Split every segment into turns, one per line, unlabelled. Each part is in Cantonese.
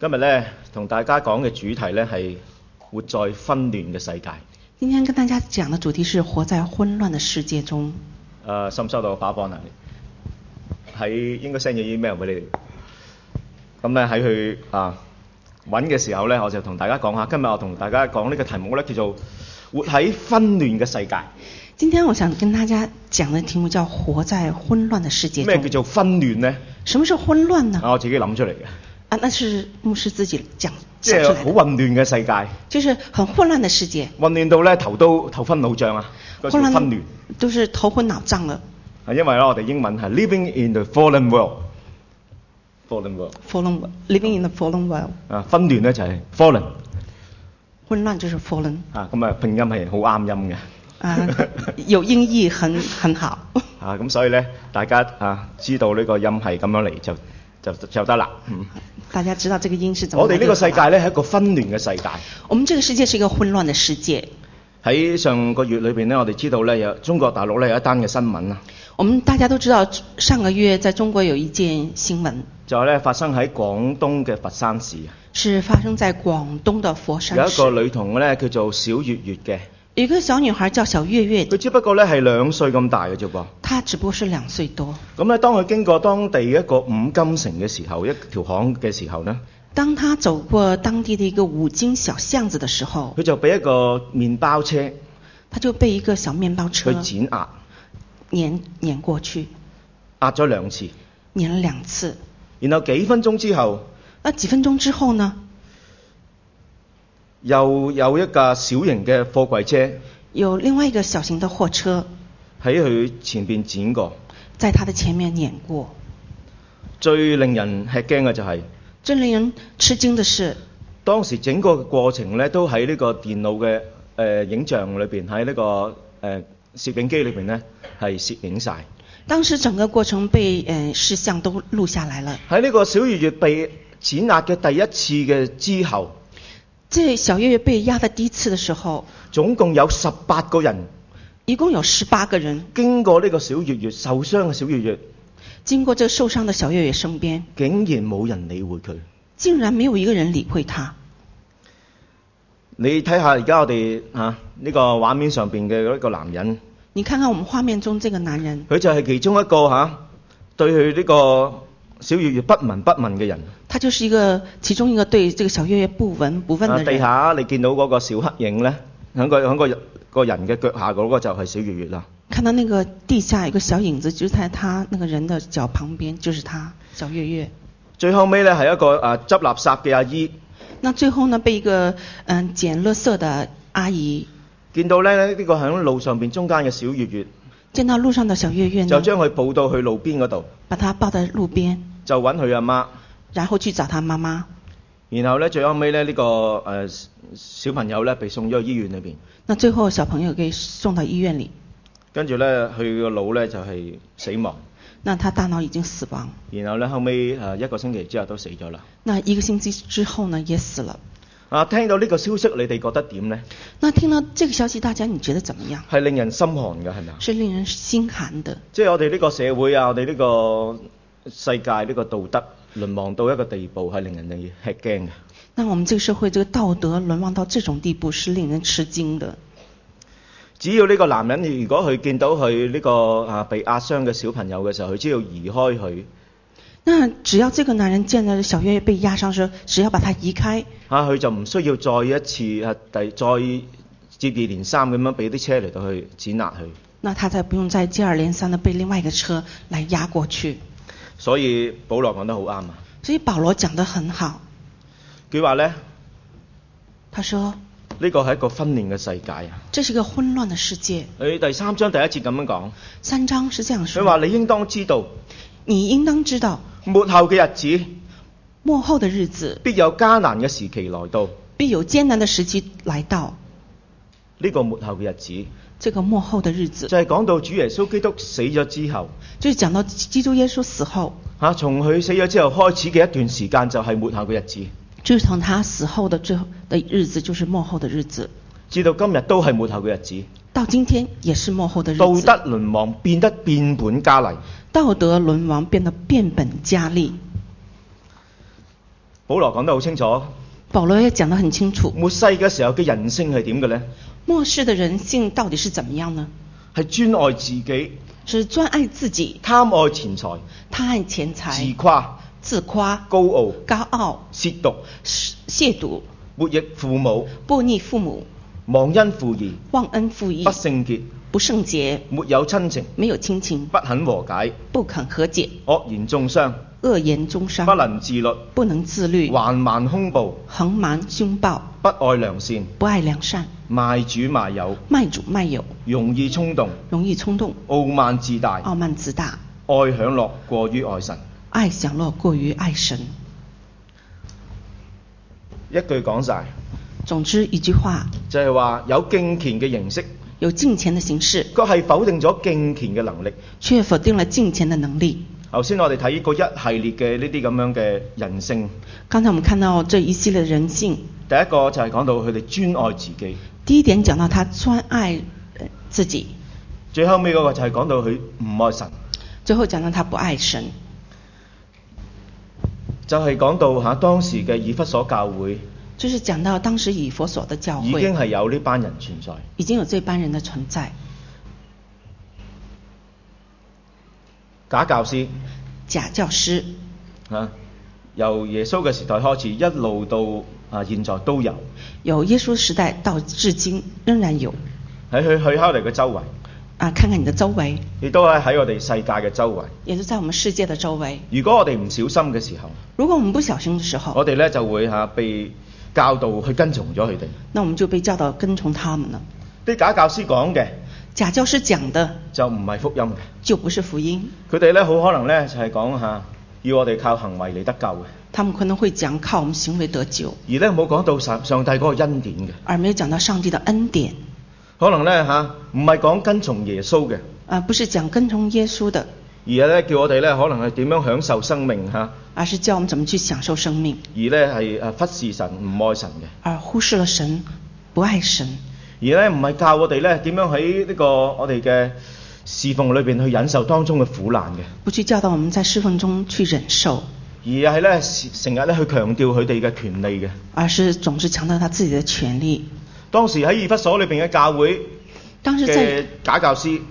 今日咧同大家講嘅主題咧係活在紛亂嘅世界。
今天跟大家讲的主題是活在混亂的世界中。
誒、收唔收到我把幫啊？喺應該 send 咗 email 俾你哋。咁咧喺佢啊揾嘅時候咧，我就同大家講下，今日我同大家講呢個題目咧叫做活喺紛亂嘅世界。
今天我想跟大家讲的題目叫“活在混亂的世界
咩
中”。
叫做紛亂咧？
什麼是混亂呢？
啊，我自己諗出嚟嘅，
啊，那是牧師自己讲
即
讲
係
出來
好
的，
混亂嘅世界，
就是很混亂的世界，
混亂到咧頭都頭昏腦脹啊，嗰叫
混
紛亂。
都是頭昏腦脹了。
係因為咧，我哋英文係 living in the fallen world，fallen world
Fallen world- living in the fallen world，
啊，紛亂咧就係 fallen À,
混亂就是 fallen
啊，咁啊拼音係好啱音嘅
啊，有音譯很很好。
啊，咁所以咧大家啊知道呢個音係咁樣嚟就就就得啦。嗯
大家知道這個音是怎麼
我
來
哋呢
就
個
好
世
了
界咧係一個紛亂嘅世界。
我們這個世界是一個混亂的世界。
喺上個月裏邊咧，我哋知道咧有中國大陸咧有一單嘅新聞啊，
我們大家都知道，上個月在中國有一件新聞，
就係咧發生喺廣東嘅佛山市啊，
是發生在廣東的佛
有
山
一
市。
個女童咧叫做小月月嘅，
有一個小女孩叫小月月
佢，只不過咧係兩歲咁大嘅啫噃。
她只不過是兩歲多。
咁咧，當佢經過當地一個五金城嘅時候，一條巷嘅時候呢，
當她走過當地的一個五金小巷子的時候
佢，就俾一個麵包車
她就被一個小麵包
去
車
碾壓，
碾碾過去，
壓咗兩次。
碾了兩次。
然後幾分鐘之後，
那幾分鐘之後呢，
又有一架小型嘅貨櫃車
有另外一個小型的貨車
喺佢前邊碾過。
在她的前面碾過。
最令人吃驚嘅就係、
最令人吃驚的是，
當時整個過程咧都喺呢個電腦嘅誒、呃影像裏邊，喺呢、個誒、呃、攝影機裏邊咧係攝影晒。
當時整個過程被呃事項都錄下來了。
喺呢個小月月被碾壓嘅第一次嘅之後。
這小月月被壓的第一次的時候，
總共有十八個人
一共有十八個人
經過呢個小月月受傷嘅小月月，
經過這受傷的小月月身邊，
竟然冇人理會佢。
竟然沒有一個人理會她。
你睇下而家我哋啊呢個畫面上邊嘅一個男人，
你看看我們畫面中這個男人，
佢就係其中一個嚇、啊、對佢呢個小月月不聞不問嘅人。
他就是一個其中一個對這個小月月不聞不問
啊
的
地
人。
下你見到嗰個小黑影呢，喺個喺個個人嘅腳下嗰個就係小月月啦。
看到那個地下有個小影子，就在他那個人的腳旁邊，就是他小月月。
最後尾呢，係一個啊執垃圾嘅阿姨，
那最後呢，被一個嗯撿垃圾的阿姨
見到咧呢、呢個喺路上邊中間嘅小月月，
見到路上的小月月
就
呢，
將佢抱到去路邊嗰度，
把她抱在路邊，
就揾佢阿媽。
然後去找她媽媽。
然後咧，最後尾咧，呢、個呃小朋友咧被送咗去醫院裏邊，
那最後小朋友給送到醫院裡，
跟住咧佢個腦咧就係、死亡，
那他大腦已經死亡。
然後咧後尾誒一個星期之後都死咗啦。
那一個星期之後呢，也死了。
啊，聽到呢個消息，你哋覺得點呢？
那聽到這個消息，大家你覺得怎麼樣？
係令人心寒嘅，係咪啊？
是令人心寒的。
即係我哋呢個社會啊，我哋呢個世界呢、個道德淪亡到一個地步，係令人哋吃驚嘅。
那我們這個社會這個道德淪亡到這種地步，是令人吃驚的。
只要呢個男人，如果佢見到佢呢、個啊被壓傷嘅小朋友嘅時候，佢只要移開佢，
那只要這個男人見到小月月被壓傷的時候，只要把他移開，
啊，佢就唔需要再一次啊，第再接二連三咁樣俾啲車嚟到去碾壓佢。
那他才不用再接二連三的被另外一個車來壓過去。
所以保羅講得好啱啊！
所以保羅講得很好，
佢話咧，
他說
呢個係一個紛亂嘅世界啊！
這是一個混亂的世界。
佢第三章第一節咁樣講，
三章是這樣
佢
說
話
的：
你應當知道，
你應當知道，
末後嘅日子
末後的日子
必有艱難嘅時期來到。
必有艱難的時期來到。
呢、個末後嘅日子
這個末後的日子，
就係講到主耶穌基督死咗之後，
就是講到基督耶穌死後，
嚇、啊、從佢死咗之後開始嘅一段時間就係末後嘅日子，
就是從他死後的最後的日子，就是末後的日子，
至到今日都係末後嘅日子。
到今天也是末後的日
道
子。
德淪亡變得變本加厲。
道德淪亡變得變本加厲。
保羅講得好清楚，
保罗也讲得很清楚，
末世嘅時候嘅人性係點嘅呢？
末世的人性到底是怎么样呢？
係專愛自己、
是专爱自己，
貪愛錢財、
贪爱钱
自
财、
誇、
自夸、
高傲、
高傲、
褻瀆、
是亵渎、
悖逆父母、
悖逆父母、
忘恩負義、
忘恩负义
不、聖潔、
不圣洁、
沒有親情、
没有亲情、
不肯和解、
不肯和解、
惡言中傷、
恶言中伤、
不能自律、
不能自律、
橫蠻兇暴、
横蛮凶暴、
不愛良善、
不爱良善、
賣主賣友、
卖主卖友、
容易衝動、
容易冲动、
傲慢自大、
傲慢自大、
愛享樂過於愛神。
爱享乐过于爱神。
一句講晒，
总之一句话，
就係話有敬虔嘅形式，
有敬虔的形式，
佢係否定咗敬虔嘅能力。
却否定了敬虔的能力。
頭先我哋睇過一系列嘅呢啲咁樣嘅人性，
刚才我们看到这一系列的人性，
第一個就係講到佢哋專愛自己，
第一点讲到他专爱呃自己，
最後尾嗰個就係講到佢唔愛神，
最后讲到他不爱神，
就係、講到嚇、當時嘅以弗所教會
就是讲到当时以佛所的教
已經
会
係有呢班人存在。
已经有这班人的存在，
假教師
假教师
嚇、啊由耶穌嘅時代開始，一路到啊現在都有
有耶稣时代到至今仍然有
喺佢去考嚟嘅周圍，
啊，看看你的周围，
亦都係喺我哋世界嘅周圍。
也就在我们世界的周围。
如果我哋唔小心嘅時候，
如果我们不小心的时候
我，哋咧就會嚇、被教導去跟從咗佢哋。
那我们就被教导跟从他们了。
啲假教師講嘅
假教师讲的
就唔係福音嘅，
就不是福音，
佢哋咧好可能咧就係講嚇要我哋靠行為嚟得救嘅，
他们可能会讲靠我们行为得救，
而咧冇講到上上帝嗰個恩典嘅，
而没有讲到上帝的恩典
可能咧嚇唔係講跟從耶穌嘅，
啊，不是讲跟从耶稣的，
而係咧叫我哋咧可能係點樣享受生命嚇，而
而是教我们怎么去享受生命，
咧係誒忽視神唔愛神嘅，
而忽视了神，不爱神，
而咧唔係教我哋咧點樣喺呢個我哋嘅侍奉裏邊去忍受當中嘅苦難嘅，
不去教导我们在侍奉中去忍受，
而係咧成日咧去強調佢哋嘅權利嘅。
而是总是强调他自己的权利。
當時喺以弗所裏邊嘅教會
当时
嘅
在
假教師，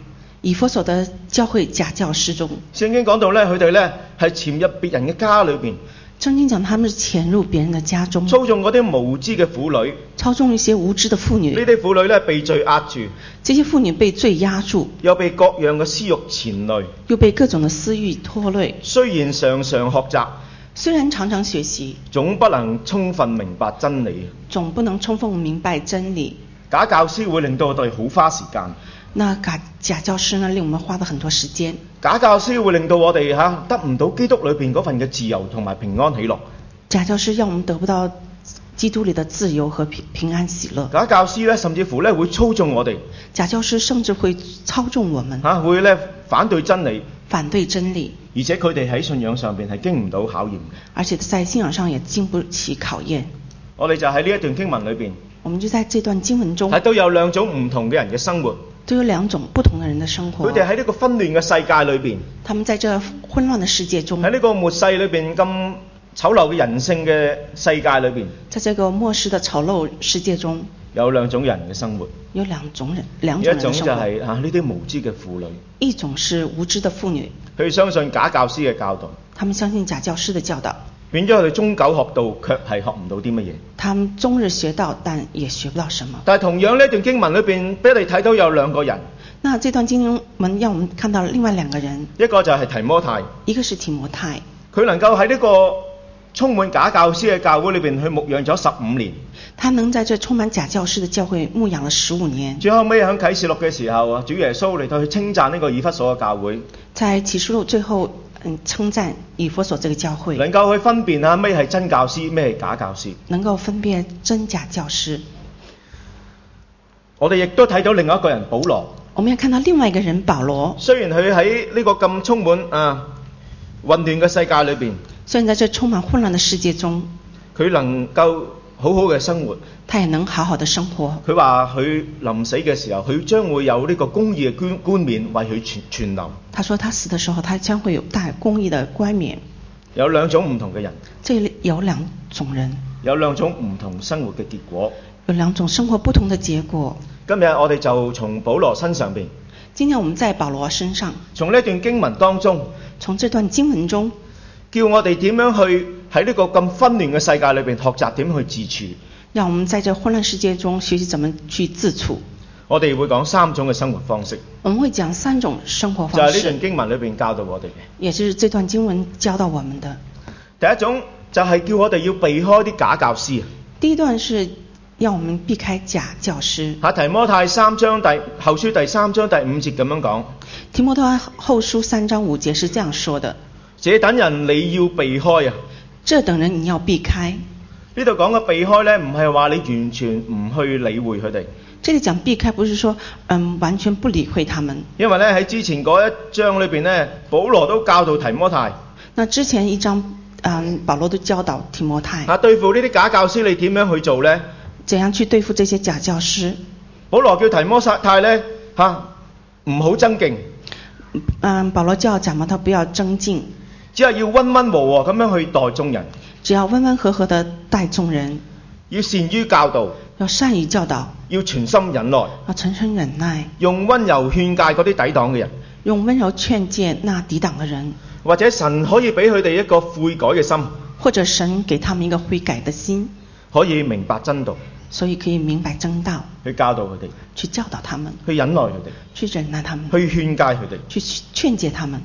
以佛所的教会假教师中，
聖經講到咧，佢哋咧係潛入別人嘅家裏邊，
曾经讲他们是潜入别人的家中，
操縱嗰啲無知嘅婦女。
操纵一些无知的妇
呢
女，
啲婦女咧被罪壓住，
这些妇女被罪压住，
又被各樣嘅私欲纏累。
又被各种的私欲拖累。
雖然常常學習，
虽然常常学习，
總不能充分明白真理。
总不能充分明白真理。
假教師會令到我哋好花時間，
那假假教师呢，令我们花了很多时间。
假教師會令到我哋嚇得唔到基督裏邊嗰份嘅自由同埋平安喜樂。
假教师让我们得不到基督里的自由和平平安喜乐。
假教師咧，甚至乎咧會操縱我哋
假教师甚至会操纵我们，
嚇，會咧反對真理。
反对真理，
而且佢哋喺信仰上邊係經唔到考驗嘅。
而且在信仰上也经不起考验。
我哋就喺呢一段經文裏邊
我们就在这段经文中
睇，到有兩種唔同嘅人嘅生活，
都有两种不同的人的生活
佢。哋喺呢個紛亂嘅世界裏邊，
他们在这混乱的世界中
喺，呢個末世裏邊咁醜陋嘅人性嘅世界裏邊，
在这个末世的丑陋世界中，
有兩種人嘅生活。
有两种人，两
一
种
種就
人的生活。
係啊呢啲無知嘅婦女，
一種是無知的婦女，
佢相信假教師嘅教導，
她们相信假教師的教導，
變咗佢哋終久學到，卻係學唔到啲乜嘢。
她們終日學到，但也學不到什麼。
但係同樣呢一段經文裏邊，俾我哋睇到有兩個人，
那这段经文让我们看到另外两个人，
一個就係提摩太。
一个是提摩太，
佢能夠喺呢個充滿假教師嘅教會裏邊去牧養咗十五年，
他能在这充滿假教師的教會牧養了十五年。
最後尾喺啟示錄嘅時候啊，主耶穌嚟到去稱讚呢個以弗所嘅教會，
在啟示錄最後，嗯，稱讚以弗所这個教會
能夠去分辨啊咩係真教師，咩係假教師。
能夠分辨真假教師。
我哋亦都睇到另外一個人保羅，
我們要看到另外一個人保羅，
雖然佢喺呢個咁充滿啊混亂嘅世界裏邊，
雖然在这充滿混亂的世界中，
佢能夠好好嘅生活。
他也能好好的生活。
佢話佢臨死嘅時候，佢將會有呢個公義嘅冠冠冕為佢存存留。
他說他死的時候，他將會有大公義的冠冕。
有兩種唔同嘅人，
这里有两种人，
有兩種唔同生活嘅結果。
有两种生活不同的结果。
今日我哋就從保羅身上邊，
今天我们在保罗身上，
從呢段經文當中，
从这段经文中，
叫我哋點樣去喺呢個咁紛亂嘅世界裏邊學習點去自處。
让我们在这混乱世界中学习怎么去自处。
我哋會講三種嘅生活方式，
我们会讲三种生活
就係
方
呢段
式，
經文裏邊教導我哋嘅。
也是这段经文教导我们的。
第一種就係叫我哋要避開啲假教啊師。
第一段是让我们避开假教师。
下提摩太三章第後書第三章第五節咁樣講：
提摩太后书三章五节是这样说的：
這等人你要避開啊！
这等人你要避开。
呢度講嘅避開呢，唔係話你完全唔去理會佢哋，
这里讲避开，不是说嗯完全不理会他们。
因為呢，喺之前嗰一章裏邊呢，保羅都教導提摩太
那之前一章，嗯，保罗都教导提摩太
啊，對付呢啲假教師你點樣去做呢？
怎样去对付这些假教师。
保羅叫提摩太呢，嚇、唔好爭競，
嗯，保罗叫假摩他不要增进，
只係要温温和和咁樣去待眾人，
只要温温和和的待众人，
要善於教導，
要善于教导，
要全心忍耐，
要存心忍耐，
用温柔勸戒嗰啲抵擋嘅人，
用温柔劝诫那抵挡的人，
或者神可以俾佢哋一個悔改嘅心，
或者神给他们一个悔改的心，
可以明白真道，
所以可以明白真道，
去教導佢哋，
去教导他们，
去忍耐佢哋，
去忍耐他们，
去勸戒佢哋。
去劝诫他们，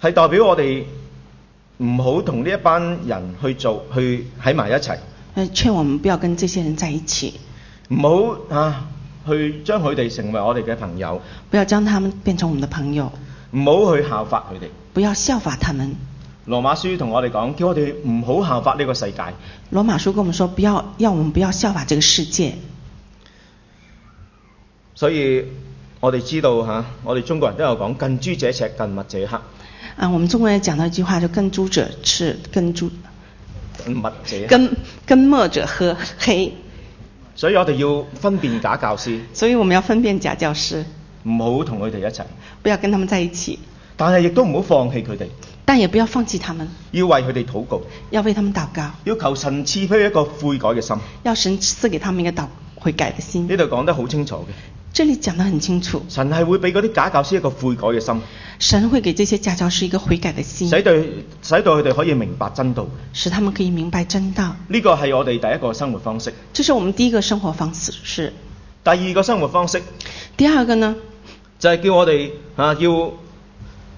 係代表我哋唔好同呢一班人去做，去喺埋一齊，
呃，劝我们不要跟这些人在一起，
唔好啊去將佢哋成為我哋嘅朋友，
不要将他们变成我们的朋友，
唔好去效法佢哋。
不要效法他们。
羅馬書同我哋講，叫我哋唔好效法呢個世界。
罗马书跟我们说，不要要我们不要效法这个世界。
所以我哋知道嚇、我哋中國人都有講近朱者赤，近墨者黑，
啊，我们中国人讲到一句话，就跟猪者赤，跟猪
近墨者黑。
跟跟墨者喝黑。
所以我哋要分辨假教師，
所以我们要分辨假教师，
唔好同佢哋一齊，
不要跟他们在一起，
但係亦都唔好放棄佢哋，
但也不要放弃他们，
要為佢哋禱告，
要为他们祷告，
要求神賜俾佢一個悔改嘅心。
要神赐给他们一个祷悔改的心
呢。度講得好清楚嘅。
这里讲得很清楚，
神係會俾嗰啲假教師一個悔改嘅心，
神会给这些假教师一个悔改的心，
使到使到佢哋可以明白真道。
使他们可以明白真道。
呢個係我哋第一個生活方式。
这是我们第一个生活方式是。
第二個生活方式
第二个呢，
就係叫我哋啊要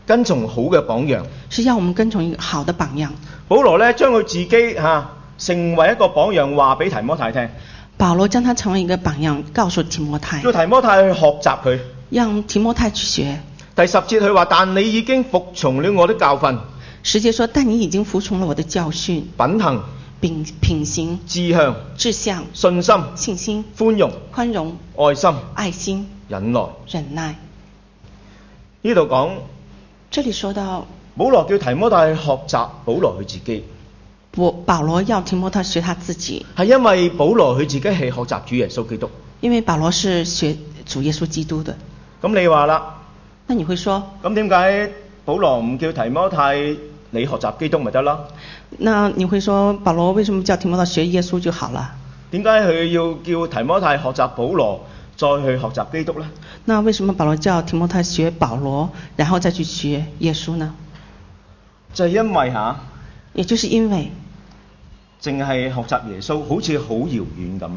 跟從好嘅榜樣。
是要我們跟從一個好的榜樣。
保羅呢，將佢自己啊、成為一個榜樣，話俾提摩太聽，
保罗将他成为一个榜樣，告訴提摩太
叫，提摩太去學習佢。
讓提摩太去學。
第十節佢話：但你已經服從了我的教訓、
十節說：但你已經服從了我的教訓、
品行、
品品行、
志向、
志向、
信心、
信心、
寬容、
宽容、
愛心、
愛心、
忍耐。
忍耐。
呢度講
這裡說到
保羅叫提摩太去學習保羅佢自己，
我保羅要提摩太學他自己，
係因為保羅佢自己係學習主耶穌基督。
因為保羅是學主耶穌基督的。
咁你話啦，
那你會說，
咁點解保羅唔叫提摩太你學習基督咪得啦？
那你會說保羅為什麼叫提摩太學耶穌就好了？
點解佢要叫提摩太學習保羅，再去學習基督呢？
那為什麼保羅叫提摩太學保羅，然後再去學耶穌呢？
就係、因為嚇、
也就是因為，
淨係學習耶穌好似好遙遠咁。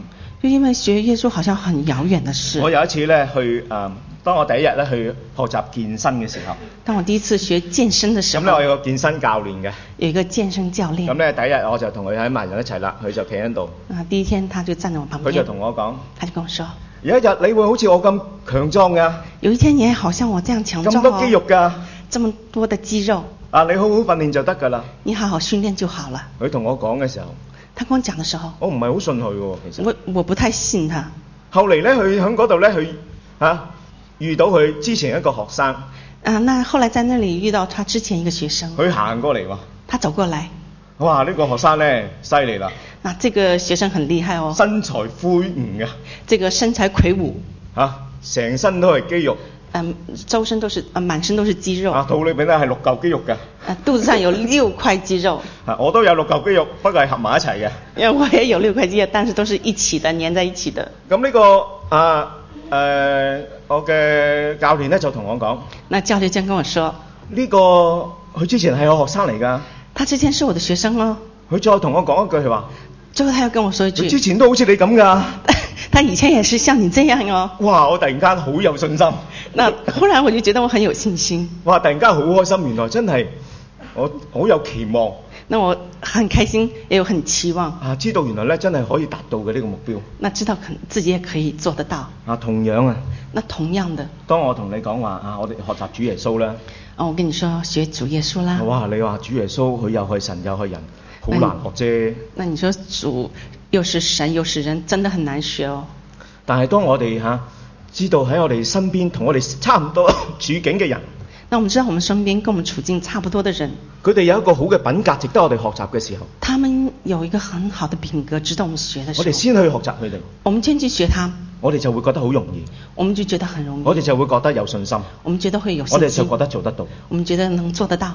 就因為學耶穌好像很遙遠的
我
事。
有一次咧去誒、呃，當我第一日咧去學習健身嘅時候，
當我第一次學健身的時
咁咧我
候，
有個健身教練嘅，
有一個健身教
咁
練，
咧第一日我就同佢喺埋人一齊啦，佢就企喺度，
啊，第一天他就站在我旁
佢就同
邊，
我講。
他就跟我說，
有一日你會好似我咁強壯㗎，
有一天你也好像我這樣強
咁
壯
多肌肉
哦，
㗎，
這麼多的肌肉，
啊你好好訓練就得㗎啦。
你好好訓練就好了。
佢同我講嘅時候，
他跟我講的時候，
我唔係好信佢喎，其實。
我我不太信他。
後嚟咧，佢喺嗰度咧，佢啊、遇到佢之前一個學生，
啊，那後來在那裡遇到他之前一個學生，
佢行過嚟喎，
他走過來，
哇！呢、個學生咧犀利啦，
啊，這個學生很厲害哦，
身材魁梧㗎，
這個身材魁梧，
嚇、成身都係肌肉，
啊、嗯、周身都是呃满身都是肌肉，
啊，
啊、
肚裏邊咧係六嚿肌肉嘅，
肚子上有六块肌肉，
啊，我都有六嚿肌肉，不過係合埋一齊嘅。
因为我也有六块肌肉，但是都是一起的，粘在一起的。
咁呢、個啊誒、我嘅教練咧就同我講，
那教练这样跟我说，
呢、個佢之前係我學生嚟㗎，
他之前是我的學生哦，
佢再同我講一句，佢話：
最后他又跟我说一
佢之
句，
前都好似你咁㗎。
他以前也是像你这样哦。
哇！我突然間好有信心，
那忽然我就覺得我很有信心，
哇！突然間好開心，原來真係我好有期望
那我很開心，也有很期望，
啊！知道原來咧真係可以達到嘅呢個目標
那知道可能自己也可以做得到。
啊！同樣啊，
那同樣的，
當我同你講話啊，我哋學習主耶穌啦，
啊，我跟你說學主耶穌啦，
哇！你話主耶穌佢又係神又係人，好
啊
難
嗯
學啫。
那你說主又是神又是人，真的很難學哦。
但係當我哋嚇、知道喺我哋身邊同我哋差唔多 處境嘅人，
那我們知道我們身邊跟我們處境差不多的人，
佢哋有一個好嘅品格值得我哋學習嘅時候，
他們有一個很好的品格，值得我們學的時
我
候
哋，先去學習佢哋，
我們先去學他，
我哋就會覺得好容易，
我們就覺得很容易，
我哋就會覺得有信心，
我們覺得嗯會有
我哋就
信心，
覺得做得到。
我們覺得能做得到。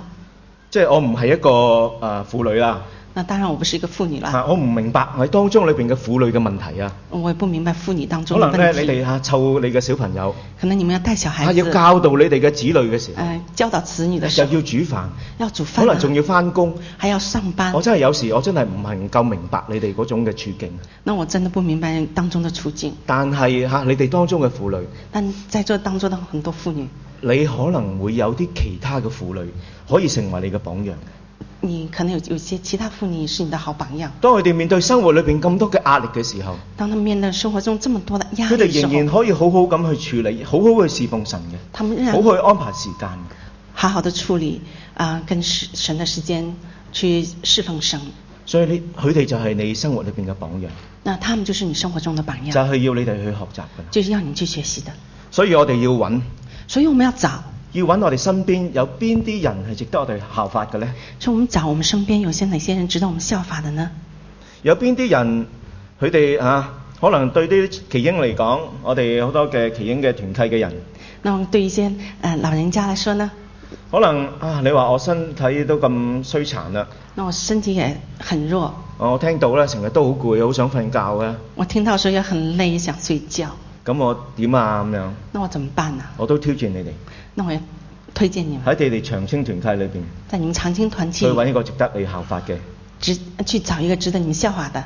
即係我唔係一個誒、呃、婦女啦，
那當然我不是一個婦女啦，
啊，我唔明白喺當中裏邊嘅婦女嘅問題啊。
我也不明白婦女當
可
中的
能咧，
問
你
題。
哋嚇湊你嘅小朋友，
可能你們要帶小
啊，
孩
要
子，
教導你哋嘅子女嘅時候，
呃，教導子女的時
又
候，
要煮飯，
要煮飯
可能仲
啊，
要翻工。
還要上班
我。真係有時我真係唔能夠明白你哋嗰種嘅處境。
那我真的不明白當中的處境，
但係嚇、你哋當中嘅婦女，
但在座當中的很多婦女，
你可能會有啲其他嘅婦女可以成為你嘅榜樣。
你可能有有些其他婦女是你的好榜樣。
當佢哋面對生活裏邊咁多嘅壓力嘅時候，
當他們面對生活中這麼多的壓
佢
力的
哋
時
仍然
候，
可以好好咁去處理，好好去侍奉神嘅，
他們仍
好
然
好去安排時間嘅。
好好的處理啊、跟神神的時間去侍奉神。
所以你佢哋就係你生活裏邊嘅榜樣，
那他們就是你生活中的榜
就
樣，
係要你哋去學習㗎啦。
就是要你去學習的。
所以我哋要揾，
所以我們要找，
要揾我哋身邊有邊啲人係值得我哋效法嘅呢？
所以我們找我們身邊有些哪些人值得我們效法的呢？
有邊啲人佢哋啊，可能對啲奇英嚟講，我哋好多嘅奇英嘅團契嘅人，
那我们对一些呃老人家来說呢，
可能啊，你話我身體都咁衰殘啦，
那我身體也很弱，
我聽到咧成日都好攰，好想瞓覺嘅，
我聽到說也很累，想睡覺，
咁我點啊咁樣？
那我怎麼辦呢、
我都挑戰你哋
那我也推薦你們
喺你哋長青團契裏邊
在你們長青團
去
契
揾一個值得你效法嘅，
值去找一個值得你們效法的，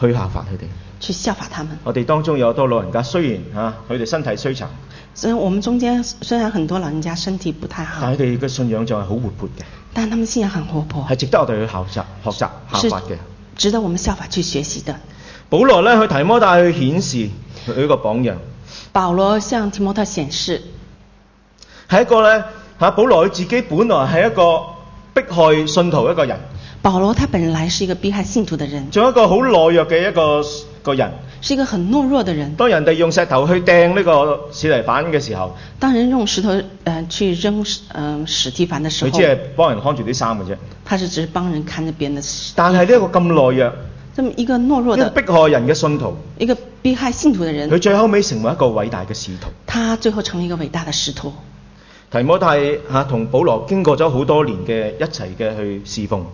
去效法佢哋。
去效法他們。
我哋當中有好多老人家，雖然嚇佢哋身體衰殘，
所以我們中間雖然很多老人家身體不太好
但，係佢哋嘅信仰就係好活潑嘅，
但他們信仰很活潑，
係值得我哋去效習、學習、效法嘅
哦是。值得我們效法去學習的。
保羅咧去提摩太去顯示佢個榜樣，
保羅向提摩太顯示，
係一個咧嚇保羅佢自己本來係一個迫害信徒一個人，
保羅他本來是一個逼害信徒的人，
仲有一個好懦弱嘅一個個人。
是一個很懦弱的人。
當人哋用石頭去掟呢個史提反嘅時候，
當人用石頭呃去扔嗯、史提凡的時
佢
候
只，係幫人看住啲衫嘅啫。
他是只是幫人看着別人的事。
但係呢一個咁懦弱、
這麼一個懦弱
呢
的、
個迫害人嘅信徒，
一個逼害信徒的
佢
人，
最後尾成為一個偉大嘅使徒。
他最後成為一個偉大的使徒。
提摩太嚇同保羅經過咗好多年嘅一齊嘅去侍奉。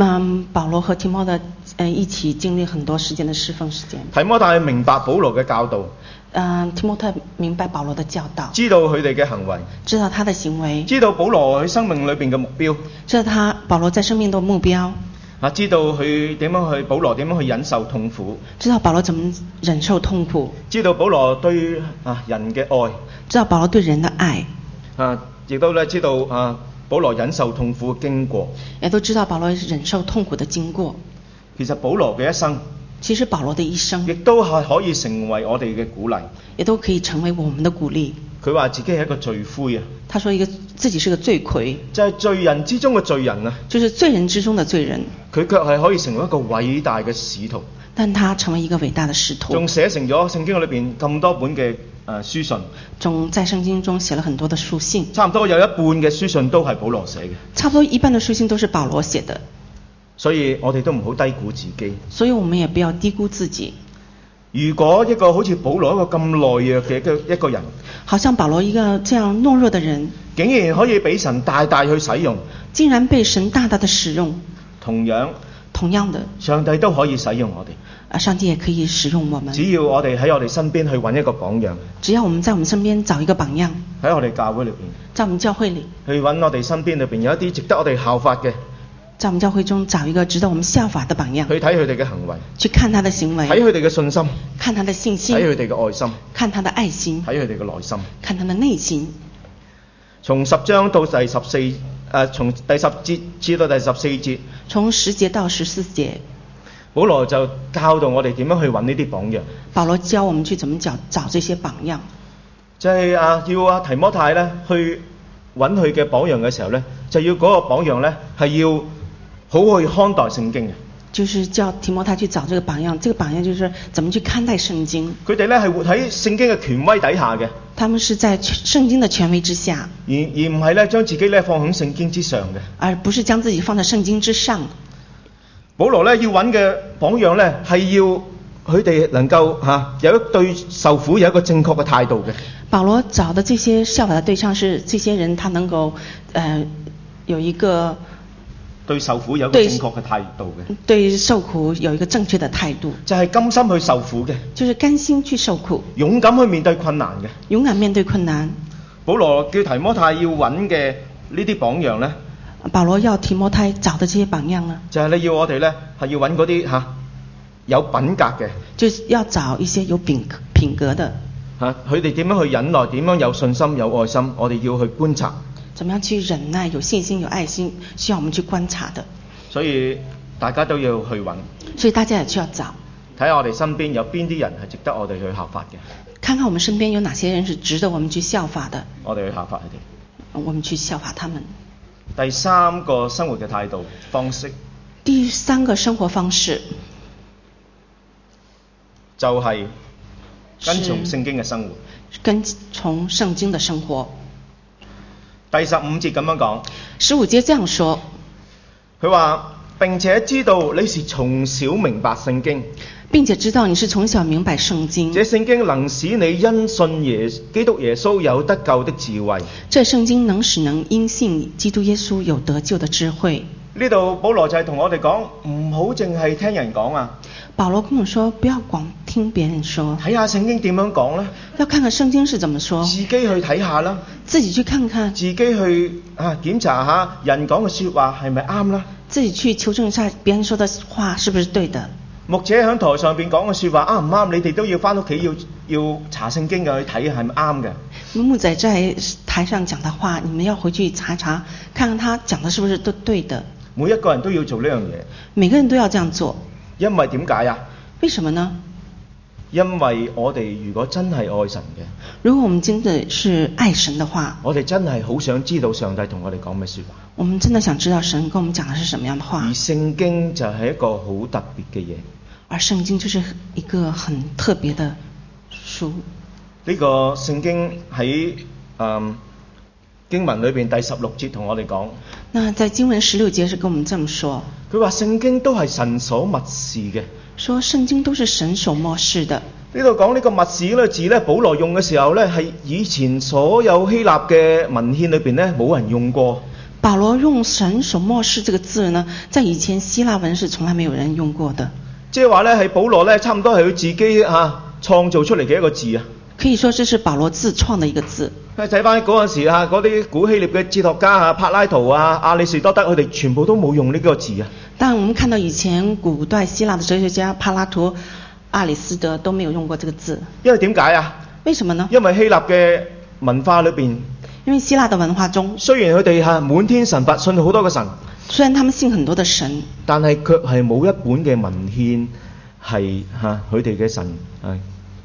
嗯，保羅和提摩的呃一起經歷很多時間的侍奉時間。
提摩太明白保羅嘅教導，
嗯，提摩太明白保羅的教導，
知道佢哋嘅行為，
知道他的行為，
知道保羅佢生命裏邊嘅目標，
知道他保羅在生命的目標，
啊，知道佢點樣去保羅點樣去忍受痛苦，
知道保羅怎麼忍受痛苦，
知道保羅對啊人嘅愛，
知道保羅對人的愛，
啊，亦都咧知道啊保羅忍受痛苦嘅經過。
也都知道保羅忍受痛苦的經過。
其實保羅嘅一生，
其實保羅的一
亦
生
都係可以成為我哋嘅鼓勵。
也都可以成為我們的鼓勵。
佢話自己係一個罪魁啊，
他說一個自己是個罪魁，
就係、罪人之中嘅罪人啊。
就是罪人之中的罪人，
佢卻係可以成為一個偉大嘅使徒，
但他成為一個偉大的使徒
仲，寫成咗聖經裏邊咁多本嘅誒、呃、書信，
仲在聖經中寫了很多的書信，
差唔多有一半嘅書信都係保羅寫嘅，
差不多一半的書信都是保羅寫的，
所以我哋都唔好低估自己。
所以我們也不要低估自己。
如果一個好似保羅一個咁懦弱嘅嘅一個人，
好像保罗一个这样懦弱的人，
竟然可以俾神大大去使用，
竟然被神大大的使用。
同樣
同样的，
上帝都可以使用我哋，
啊，上帝也可以使用我们。
只要我哋喺我哋身邊去揾一個榜樣，
只要我们在我们身边找一个榜样，
喺我哋教會裏邊
在我们教会里，
去揾我哋身邊裏邊有一啲值得我哋效法嘅，
在我们教会中找一个值得我们效法的榜样，
去睇佢哋嘅行為，
去看他的行
睇佢
为，
哋嘅信心，
看他的信心
睇，佢哋嘅愛心，
看他的爱心，
睇佢哋嘅內心。
看他的内心。
從十章到第十四，誒、呃，從第十節至到第十四節，
从十节到十四节，
保羅就教導我哋點樣去揾呢啲榜樣，
保罗教我们去怎么找找这些榜样，
就係、啊要啊提摩太咧去揾佢嘅榜樣嘅時候咧，就要嗰個榜樣咧係要好去看待聖經嘅。
就是叫提摩太去找这个榜样。这个榜样就是怎么去看待圣经，
佢哋咧係活喺聖經嘅權威底下嘅，而
他们是在全圣经的权威之下，
而唔係咧將自己咧放喺聖經之上嘅。
而不是將自己放在圣经之上。
保羅咧要揾嘅榜樣咧係要佢哋能夠嚇、啊有一對受苦有一個正確嘅態度嘅。
保罗找的这些效法的对象是这些人，他能够呃有一个
對受苦有一個
對
正確嘅態度嘅，
对受苦有一个正确的态度，
就係、甘心去受苦嘅，
就是甘心去受苦，
勇敢去面對困難嘅。
勇敢面对困难。
保羅叫提摩太要揾嘅呢啲榜樣呢，
保罗要提摩太找的这些榜样呢，
就係、你要我哋呢，係要揾嗰啲嚇有品格嘅
就是要找一些有品格品格的，
嚇，啊佢哋點樣去忍耐，點樣有信心、有愛心，我哋要去觀察。
怎么样去忍耐、有信心、有爱心，需要我们去观察的。
所以大家都要去揾，
所以大家也需要找，
睇下我哋身邊有邊啲人係值得我哋去效法嘅，
看看我们身边有哪些人是值得我们去效法的，
我哋去效法佢
我们去效法他们。
哋。第三個生活嘅態度方式
第三个生活方式
就係、跟從
是
聖經嘅生活。
跟从圣经的生活。
第十五節咁樣講，
十五节这样说，
佢話：並且知道你是從小明白聖經，
并且知道你是从小明白圣经
這，聖經能使你因信耶基督耶穌有得救的智慧。
这圣经能使能因信基督耶稣有得救的智慧。
呢度保羅就係同我哋講，唔好淨係聽人講啊，
保罗跟我说，不要光听别人说，
睇下聖經點樣講呢，
要看看圣经是怎么说
自，己去睇下啦，
自己去看看，
自己去啊檢查下人講嘅説話係咪啱啦。
自己去求证一下别人说的话是不是对的。
牧者喺台上邊講嘅説話啱唔啱，你哋都要翻屋企要要查聖經嘅去睇係咪啱嘅。
木仔在台上讲的话，你们要回去查查，看看他讲的是不是都对的。
每一個人都要做呢樣嘢，
每个人都要这样做，
因為點解啊？
为什么呢？
因為我哋如果真係愛神嘅，
如果我们真的是爱神的话，
我哋真係好想知道上帝同我哋講咩説話。
我们真的想知道神跟我们讲的是什么样的
而
话，
聖經就係一個好特別嘅嘢。
而圣经就是一个很特别的书。
呢、個聖經喺嗯經文裏邊第十六節同我哋講，
那在经文十六节是跟我们这么说，
佢話聖經都係神所默示嘅。
说圣经都是神手漠视的。
呢度講呢個默示呢個字呢，保羅用嘅時候呢，係以前所有希臘嘅文獻裏邊呢冇人用過。
保罗用“神手漠视”这个字呢，在以前希腊文是从来没有人用过的，
即係話呢，係保羅呢，差唔多係佢自己啊、創造出嚟嘅一個字啊。
可以说这是保羅自创的一个字。
睇翻嗰陣時啊，嗰啲古希臘嘅哲學家啊，柏拉圖啊、亞里士多德，佢哋全部都冇用呢個字啊。
但我们看到以前古代希腊的哲学家柏拉图、阿里斯德都没有用过这个字，
因為點解啊？
为什么呢？
因為希臘嘅文化裏邊，
因为希腊的文化中，
雖然佢哋嚇滿天神佛，信好多個神，
虽然他们信很多的神，
但係卻係冇一本嘅文獻係嚇佢哋嘅神係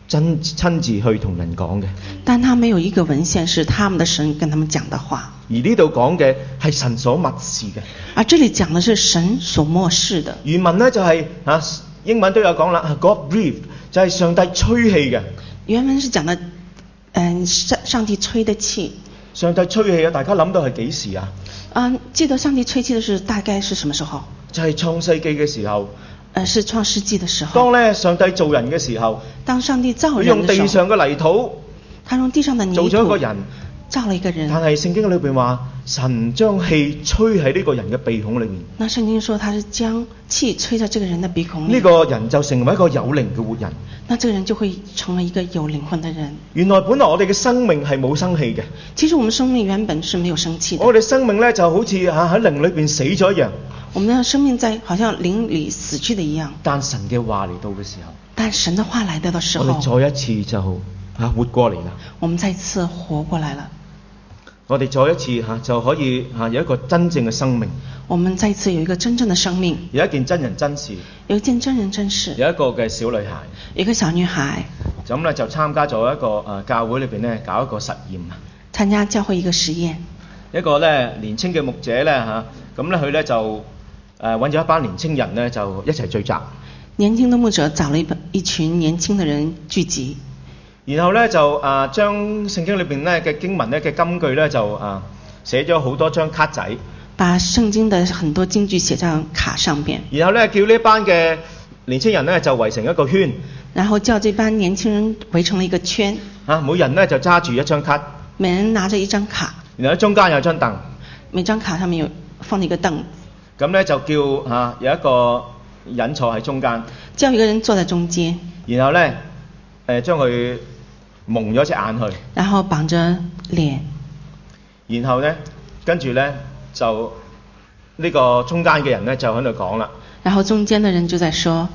真親自去同人講嘅。
但他没有一个文献是他们的神跟他们讲的话。
而呢度講嘅係神所默示嘅
而这里讲的是神所漠视的，
原文呢，就係、啊英文都有講啦啊，God breathed 就係上帝吹氣嘅，
原文是讲的，嗯，上上帝吹的气。
上帝吹氣啊！大家諗到係幾時啊？
嗯，记得上帝吹气的是大概是什么时候？
就係、創世記嘅時候，
呃，是创世纪的时
當
候，
咧上帝造人嘅時候，
当上帝造
佢
人
用
的
地
时
上
候，
嘅泥土，
他用地上的泥
做
土
咗一個人
造了一个人
但。係聖經裏邊話，神將氣吹喺呢個人嘅鼻孔裏面，
那圣经说他是将气吹在这个人的鼻孔里，
呢、個人就成為一個有靈嘅活人。
那这个人就会成为一个有灵魂的人。
原來本來我哋嘅生命係冇生氣嘅，
其实我们生命原本是没有生气的，
我哋生命咧就好似啊喺靈裏邊死咗一樣。
我们的生命在好像灵里死去的一样。
但神嘅話嚟到嘅時候，
但神的话来到的时
我
候，
哋再一次就啊活過嚟啦。
我们再次活過來了，
我哋再一次嚇、啊就可以嚇、啊有一個真正嘅生命，
我們再次有一個真正的生命。
有一件真人真事，
有一件真人真事，
有一個嘅小女孩，
有一個小女孩
咁咧就參加咗一個誒、啊教會裏邊咧搞一個實驗啊。
參加教會一個實驗，
一個咧年青嘅牧者咧嚇，咁咧佢咧就誒揾咗一班年青人咧就一齊聚集，
年輕的牧者找了一本一群年輕的人聚集，
然後咧就啊將聖經裏邊咧嘅經文咧嘅金句咧就啊寫咗好多張卡仔，
把聖經的很多金句寫在卡上邊，
然後咧叫呢班嘅年青人咧就圍成一個圈，
然後叫這班年輕人圍成了一個圈，
啊每人咧就揸住一張卡，
每人拿着一張卡，
然後喺中間有張凳，
每張卡上面有放了一個凳，
咁咧就叫啊有一個人坐喺中間，
叫一個人坐在中間，
然後咧誒將佢蒙咗隻眼去。
然後綁着臉，
然後呢，跟住呢，就呢、個中間嘅人呢，就喺度講啦，
然後中間的人就在說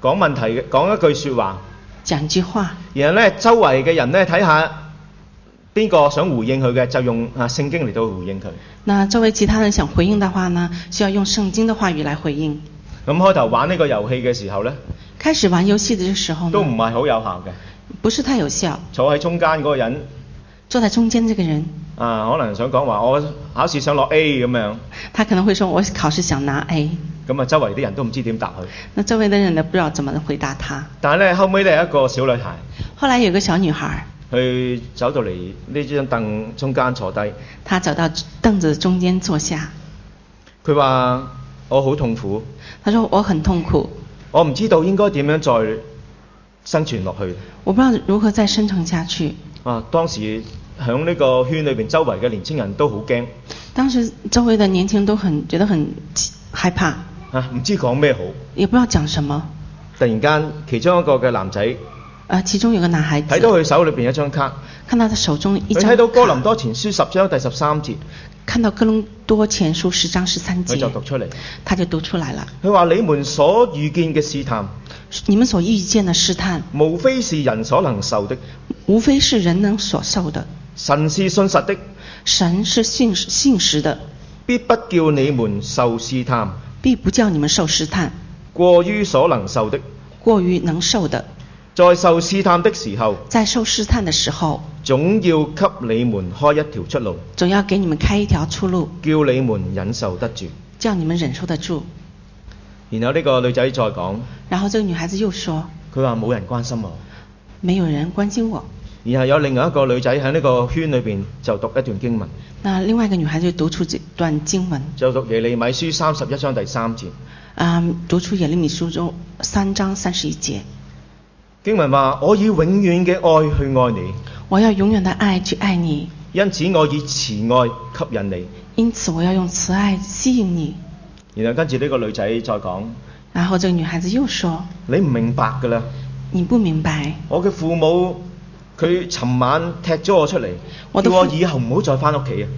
講問題嘅講一句説話，
講一句話。
然後呢，周圍嘅人呢，睇下邊個想回應佢嘅，就用啊聖經嚟到回應佢。
那作为其他人想回应的话呢，需要用圣经的话语来回应。
咁開頭玩呢個遊戲嘅時候呢，
开始玩游戏的时候
都唔
呢，
係好有效嘅。
不是太有效。
坐喺中間嗰個人
坐在中間这个人，
啊，可能想講話我考試想落 A 咁樣，
他可能会说：“我考試想拿 A。
咁啊周圍啲人都唔知點答佢。”
那周围的人呢，不知道怎么回答他。
但係呢，後尾呢，一個小女孩，
后來有个小女孩，
佢走到嚟呢張凳中間坐低。
她走到凳子中間坐下，
佢話：我好痛苦，
她说：“我很痛苦，
我唔知道應該點樣再生存落去。
我不知道如何再生存下去。
啊，當時喺呢個圈裏邊，周圍嘅年青人都好驚，”
當時周圍的年輕人都很觉得很害怕，
啊，唔知講咩好。
也不知道講什麼。
突然間，其中一個嘅男仔睇
呃，其中有個男孩子，
到佢手裏邊一張卡，
看到他手中一
佢
張
睇到哥林
卡
多前書十章第十三節，
看到哥林多前书十章十三
佢
节
就，讀出嚟。
他就读出来了。
佢話：你們所遇見嘅試探，
你们所遇见的试探，
無非是人所能受的。
无非是人能所受的。
神是信實的，
神是信信实的，
必不叫你們受試探，
必不叫你们受试探，
過於所能受的。
过于能受的。
在受試探的時候，
在受试探的时候，
總要給你們開一條出路，
总要给你们开一条出路，
叫你們忍受得住。
叫你们忍受得住。
然後呢個女仔再講，
然后这个女孩子又说
佢話冇人關心我。：“
没有人关心我。
然後有另外一個女仔喺呢個圈裏邊就讀一段經文，”
那另外一个女孩子就读出这段经文，
就讀耶利米書三十一章第三節。
啊、读出耶利米书中三章三十一节
經文話：我以永遠嘅愛去愛你，：“
我要永远的爱去爱你，
因此我以慈愛吸引你。
因此我要用慈爱吸引你。
然後跟住呢個女仔再講：
然后这个女孩子又说
你唔明白㗎啦，：“
你不明白，
我嘅父母佢尋晚踢咗我出嚟，
我
叫
都
我
父
以後唔好再返屋企啊！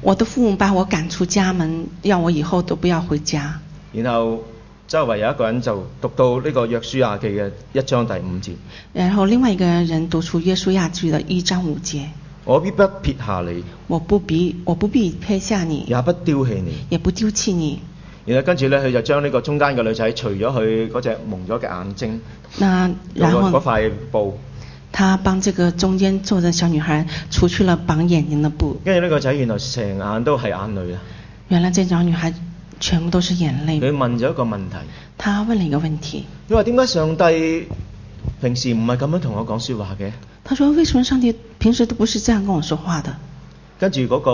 我的父母把我赶出家门，让我以后都不要回家。
然後周圍有一個人就讀到呢個約書亞記嘅一章第五節：
然后另外一个人读出约书亚记的一章五节
我必不撇下你，：“
我不必，我不必撇下你，
也不丟棄你。
也不丟弃你。
然後跟住呢，佢就將呢個中間嘅女仔除咗佢嗰隻蒙咗嘅眼睛，
那”
用
然
個嗰
后
塊布，
他帮这个中间坐着小女孩除去了绑眼睛的布。
跟住呢個仔原來成眼都係眼淚啊！
原来这小女孩全部都是眼
佢
泪。
問咗一個問題，
他问了一个问题，
佢話點解上帝平時唔係咁樣同我講説話嘅？
他说：“为什么上帝平时都不是这样跟我说话的
跟住嗰個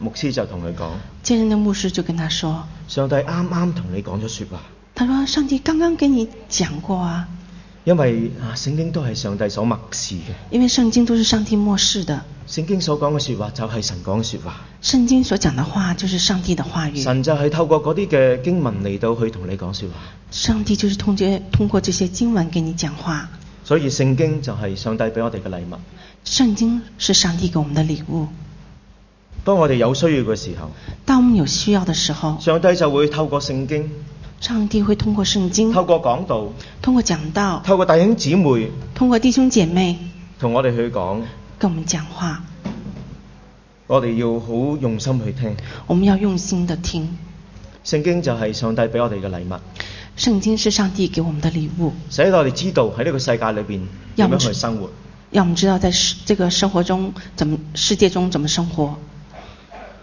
牧師就同佢講：？”
接着那牧师就跟他说：“
上帝啱啱同你講咗説話，
他说：“上帝刚刚跟你讲过啊，
因為啊聖經都係上帝所默示嘅，
因为圣经都是上帝漠视的，
聖經所講嘅説話就係神講嘅説話，
圣经所讲的话就是上帝的话语。
神就係透過嗰啲嘅經文嚟到去同你講説話，
上帝就是通过通过这些经文跟你讲话。
所以聖經就係上帝俾我哋嘅禮物。
圣经是上帝给我们的礼物。
當我哋有需要嘅時候，
当我们有需要的时候，
上帝就會透過聖經、
上帝会通过圣经，
透過講道、
通过讲道，
透過弟兄姊妹
通过弟兄姐妹
同我哋去講，
跟我们讲话。
我哋要好用心去聽。
我们要用心的听。
聖經就係上帝俾我哋嘅禮物，
圣经是上帝给我们的礼物，
使到我哋知道喺呢個世界裏邊點樣去生活。
让我们知道在世这个生活中怎么世界中怎么生活。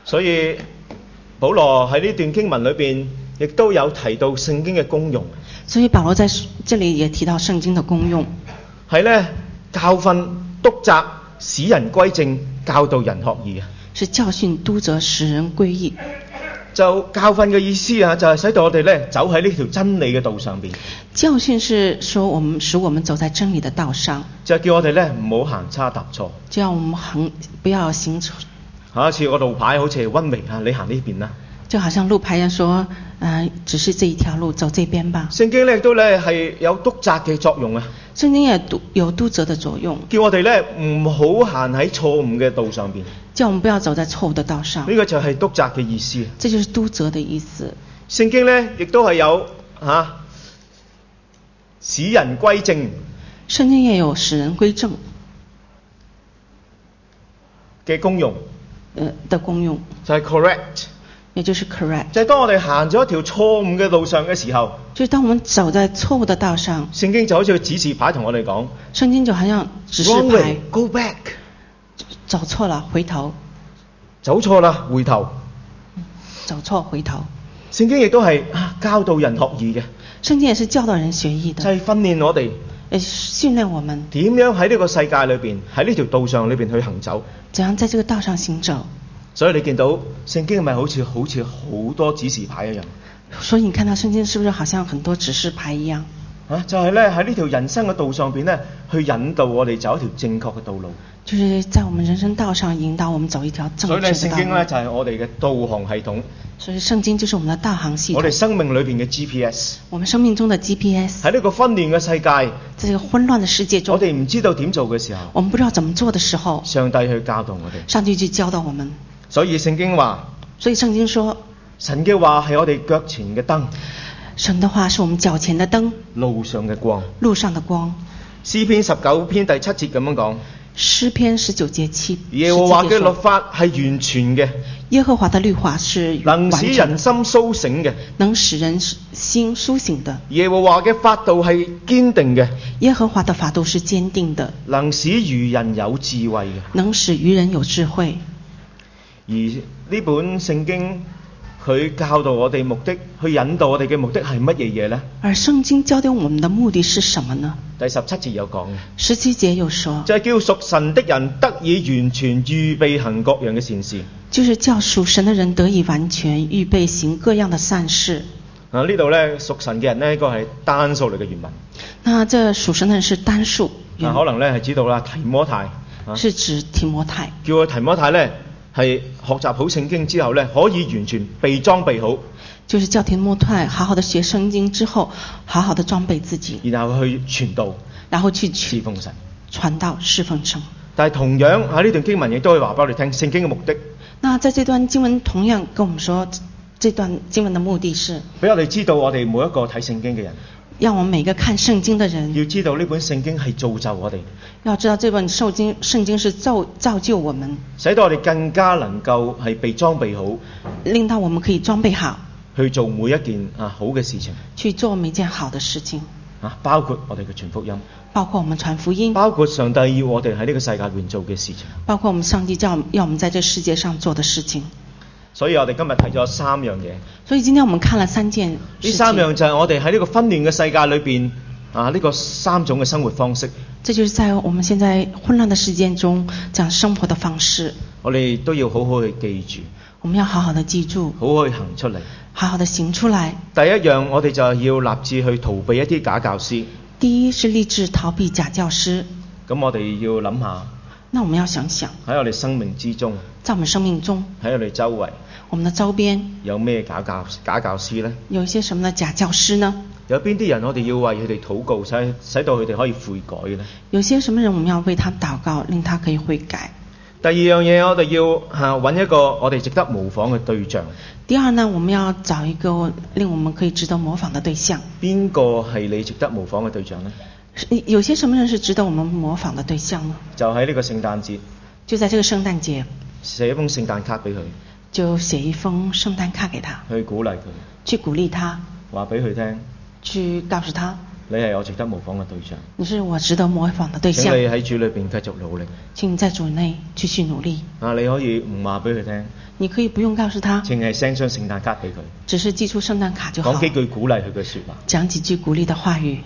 所以保羅喺呢段經文裏邊，亦都有提到聖經嘅功用，
所以保罗在这里也提到圣经的功用，
係呢教訓、督責、使人歸正、教導人學義啊。
是教训督责，使人归义。
就教訓嘅意思啊，就係、使到我哋呢走喺呢條真理嘅道上邊，
教训是说我们使我们走在真理的道上，
就叫我哋呢唔好行差踏錯。
就让我们行不要行错，
下一次我路牌好似係温明啊，你行呢邊啦。
就好像路牌上说，呃，只是这一条路，走这边吧。
聖經呢亦都呢係有督責嘅作用啊，
圣经也督有督责的作用，
叫我哋呢唔好行喺錯誤嘅道上邊。
叫我们不要走在错误的道上
呢、。個就係督責嘅意思。
这就是督责的意思。
聖經呢亦都係有嚇、啊使人歸正
圣经也有使人归正，
嘅功用，
呃的功用，
就係、correct，
也就是 correct。
就係當我哋行咗一條錯誤嘅路上嘅時候，
就是当我们走在错误的道上，
聖經就好似個指示牌同我哋講
圣经就好像指示
，wrong
牌
way，，go back，
走错了回头，
走錯啦，回頭。
走错回头。
聖經亦都係啊教導人學義嘅，
圣經也是教导人学艺
就
的，
係、訓練我哋
也是训练我们
點樣喺呢個世界裏邊喺呢條道上裏邊去行走。
怎样在这个道上行走。
所以你見到聖經咪好似好似好多指示牌一樣。
所以你看到圣经是不是好像很多指示牌一样？
啊，就係咧喺呢條人生嘅道上邊咧，去引導我哋走一條正確嘅道路。
就是在我们人生道上引导我们走一条正
所以咧，
确
聖
的道
經咧
路。
就係、我哋嘅導航系統，
所以圣经就是我们的道行系
我
统
哋，生命裏邊嘅 GPS。
我们生命中的 GPS。
喺呢個混亂嘅世界，
在这个混乱的世界中
我，哋唔知道點做嘅時候，
我们不知道怎么做的时候，
上帝去教導我哋。
上帝就教导我们。
所以聖經話：
所以圣經说，
神嘅話係我哋腳前嘅燈，
神的话是我们脚前的灯，
路上嘅光。
路上的光。
詩篇十九篇第七節咁樣講：
诗篇十九节七，
耶和華
17
嘅
节
律
说
法係完全嘅，
耶和华的律法是
能
完
使
全
人
的，
心蘇醒嘅；
能使人心苏醒的。
耶和華嘅法度係堅定嘅。
耶和华的法度是坚定的，
能使愚人有智慧嘅。
能使愚人有智慧。
而呢本聖經佢教導我哋目的，去引導我哋嘅目的係乜嘢嘢呢？
而圣经教导我们的目的是什么呢？
第十七節有講嘅，
十七节又说，
就係、叫屬神的人得以完全預備行各樣嘅善事。
就是叫属神的人得以完全预备行各样的善事。
啊，呢度呢，屬神嘅人呢，應該係單數嚟嘅原文。
那这属神的人是单数，
啊，可能呢係指到啦提摩太，啊、
是指提摩太，
叫佢提摩太呢，係學習好聖經之後呢，可以完全被裝備好，
就是叫提摩太好好的学圣经之后，好好的装备自己，
然後去傳道
然后去
侍
去
奉神。
传道侍奉神。
但係同樣喺呢段經文亦都可以話俾我哋聽，聖經嘅目的，
那在这段经文同样跟我们说，这段经文的目的是
俾我哋知道我哋每一個睇聖經嘅人，
让我们每个看圣经的人
要知道呢本聖經係造就我哋，
要知道这本圣经，圣经是造造就我们，
使到我哋更加能夠係被裝備好
令到我们可以装备好
去做每一件啊好嘅事情
去做每件好的事情，
啊，包括我哋嘅傳福音，
包括我们传福音，
包括上帝要我哋喺呢個世界裏做嘅事情。
包括我们上帝叫要我们在这世界上做的事情。
所以我哋今日睇咗三樣嘢，
所以今天我们看了三件
呢
事
三
情，
樣就係我哋喺呢個混亂嘅世界裏邊啊呢、個三種嘅生活方式，
这就是在我们现在混乱的世界中讲生活的方式，
我哋都要好好去記住，
我们要好好的记住，
好好去行出嚟。
好好的行出来。
第一樣，我哋就係要立志去逃避一啲假教師。
第一是立志逃避假教师，
咁我哋要諗下
那我们要想想，
喺我哋生命之中，
在我们生命中，
喺我哋周圍
我们的周边
有咩假教假教師呢？
有一些什么的假教师呢？
有邊啲人我哋要為佢哋禱告，使使到佢哋可以悔改嘅呢？
有些什么人我们要为他祷告，令他可以悔改。
第二樣嘢，我哋要嚇揾、一個我哋值得模仿嘅對象，
第二呢，我们要找一个令我们可以值得模仿的对象。
邊個係你值得模仿嘅對象呢？
是有些什么人是值得我们模仿的对象呢？
就喺呢個聖誕節
就在这个圣誕节，
寫一封聖誕卡俾佢，
就寫一封圣诞卡给他，
去鼓勵佢，
去鼓励他，
話俾佢聽，
去告诉他，
你係我值得模仿嘅對象。
你是我值得模仿的对
請
象，
你喺主裏邊繼續努力。
请你在主内继续努力。
啊，你可以唔話俾佢聽，
你可以不用告诉他，
淨係 send 張聖誕卡俾佢，
只是寄出圣诞卡就好
講，幾句鼓勵佢嘅説話。
讲几句鼓励的话语。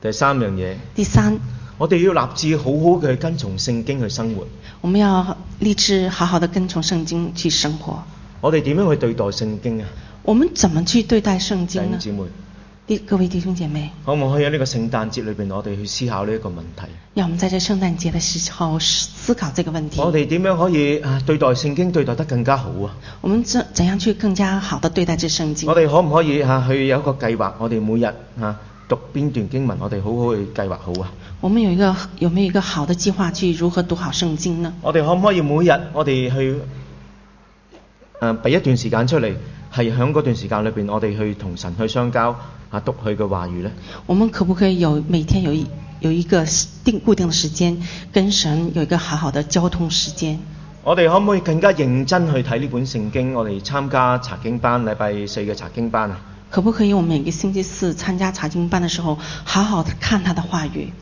第三樣嘢，
第三，
我哋要立志好好嘅跟從聖經去生活。
我们要立志好好的跟从圣经去生活。
我哋點樣去對待聖經啊？
我们怎么去对待圣
弟
经
兄
呢？
姊妹，
弟各位弟兄姐妹，
可唔可以喺呢個聖誕節裏邊，我哋去思考呢一個問題？
让我们在这圣诞节的时候思考这个问题。
我哋點樣可以啊對待聖經對待得更加好啊？
我们怎怎样去更加好的对待这圣经
我？哋可唔可以啊去有一個計劃？我哋每日啊讀邊段經文，我哋好好去計劃好啊！
我们有一个有没有一个好的计划去如何读好圣经呢？
我哋可唔可以每日我哋去誒呃俾、一段時間出嚟，係喺嗰段時間裏邊，我哋去同神去相交啊，讀佢嘅話語呢？
我们可不可以有每天有一有一个定固定的时间，跟神有一个好好的交通时间？
我哋可唔可以更加認真去睇呢本聖經？我哋參加查經班，禮拜四嘅查經班啊！
可不可以我们每个星期四参加查经班的时候，好好的看他的话语？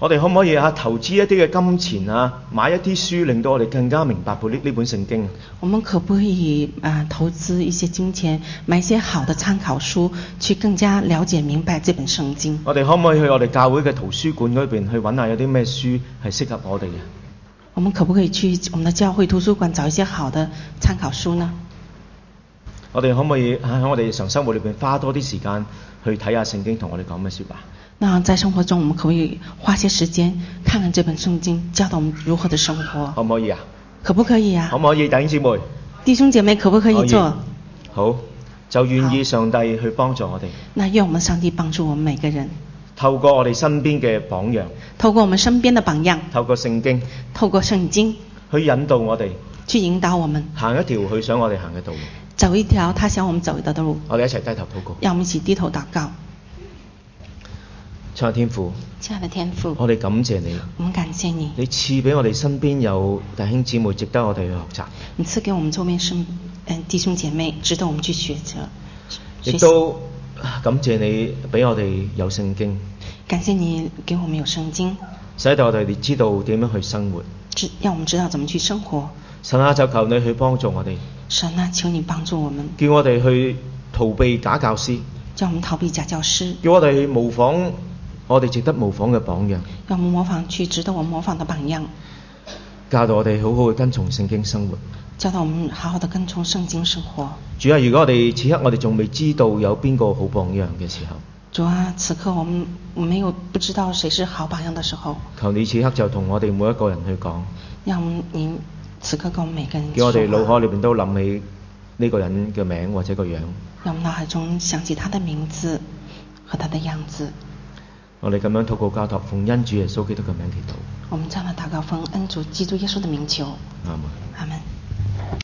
我哋可唔可以啊投資一啲嘅金錢啊，買一啲書，令到我哋更加明白本呢呢本聖經？啊
我们可不可以啊、呃投资一些金钱，买一些好的参考书，去更加了解明白这本圣经？
我哋可唔可以去我哋教會嘅圖書館嗰邊去揾下有啲咩書係適合我哋嘅？
我们可不可以去我们的教会图书馆找一些好的参考书呢？
我哋可唔可以啊喺我哋日常生活裏邊花多啲時間去睇下聖經同我哋講咩説話？
那在生活中，我们可不可以花些时间看看这本圣经，教导我们如何的生
可
活？
唔可以啊？
可不可以啊
可？唔可以，弟兄姊妹？
弟兄姐妹，可不可
哦
以做？
好，就願意上帝去幫助我哋，
那愿我们上帝帮助我们每个人，
透過我哋身邊嘅榜樣，
透过我们身边的榜样，
透過聖經
透过圣经
去引導我哋
去引导我们
行一條佢想我哋行嘅道路。
走一条他想我们走的路。
我哋一齊低頭禱告，
让我们一起低头祷告，
親愛天父，
亲爱的天父，
我哋感謝你，
我们感谢你，
你賜俾我哋身邊有弟兄姊妹值得我哋去學習，
你赐给我们周边身嗯弟兄姐妹，值得我们去学着学
亦
习。
都啊感謝你俾我哋有聖經，
感谢你给我们有圣经，
使到我哋知道點樣去生活。
知让我们知道怎么去生活。
神啊，就求你去幫助我哋，
神啊，求你帮助我们，
叫我哋去逃避假教師，
叫我们逃避假教师，
叫我哋去模仿我哋值得模仿嘅榜樣，
让我们模仿去值得我们模仿的榜样，
教導我哋好好去跟從聖經生活。
教导我们好好的跟从圣经生活。
主啊，如果我哋此刻我哋仲未知道有邊個好榜樣嘅時候，
主啊，此刻我们没有不知道谁是好榜样的时候，
求你此刻就同我哋每一個人去講，
让您此刻跟我们每个人
叫我哋
说
腦
话
海裏邊都諗起呢個人嘅名或者個樣。
让我们脑海中想起他的名字和他的样子。
我哋咁樣禱告交託，奉恩主耶穌基督嘅名祈禱，
我们这样的祷告，奉恩主基督耶稣的名求，
阿門。
阿门。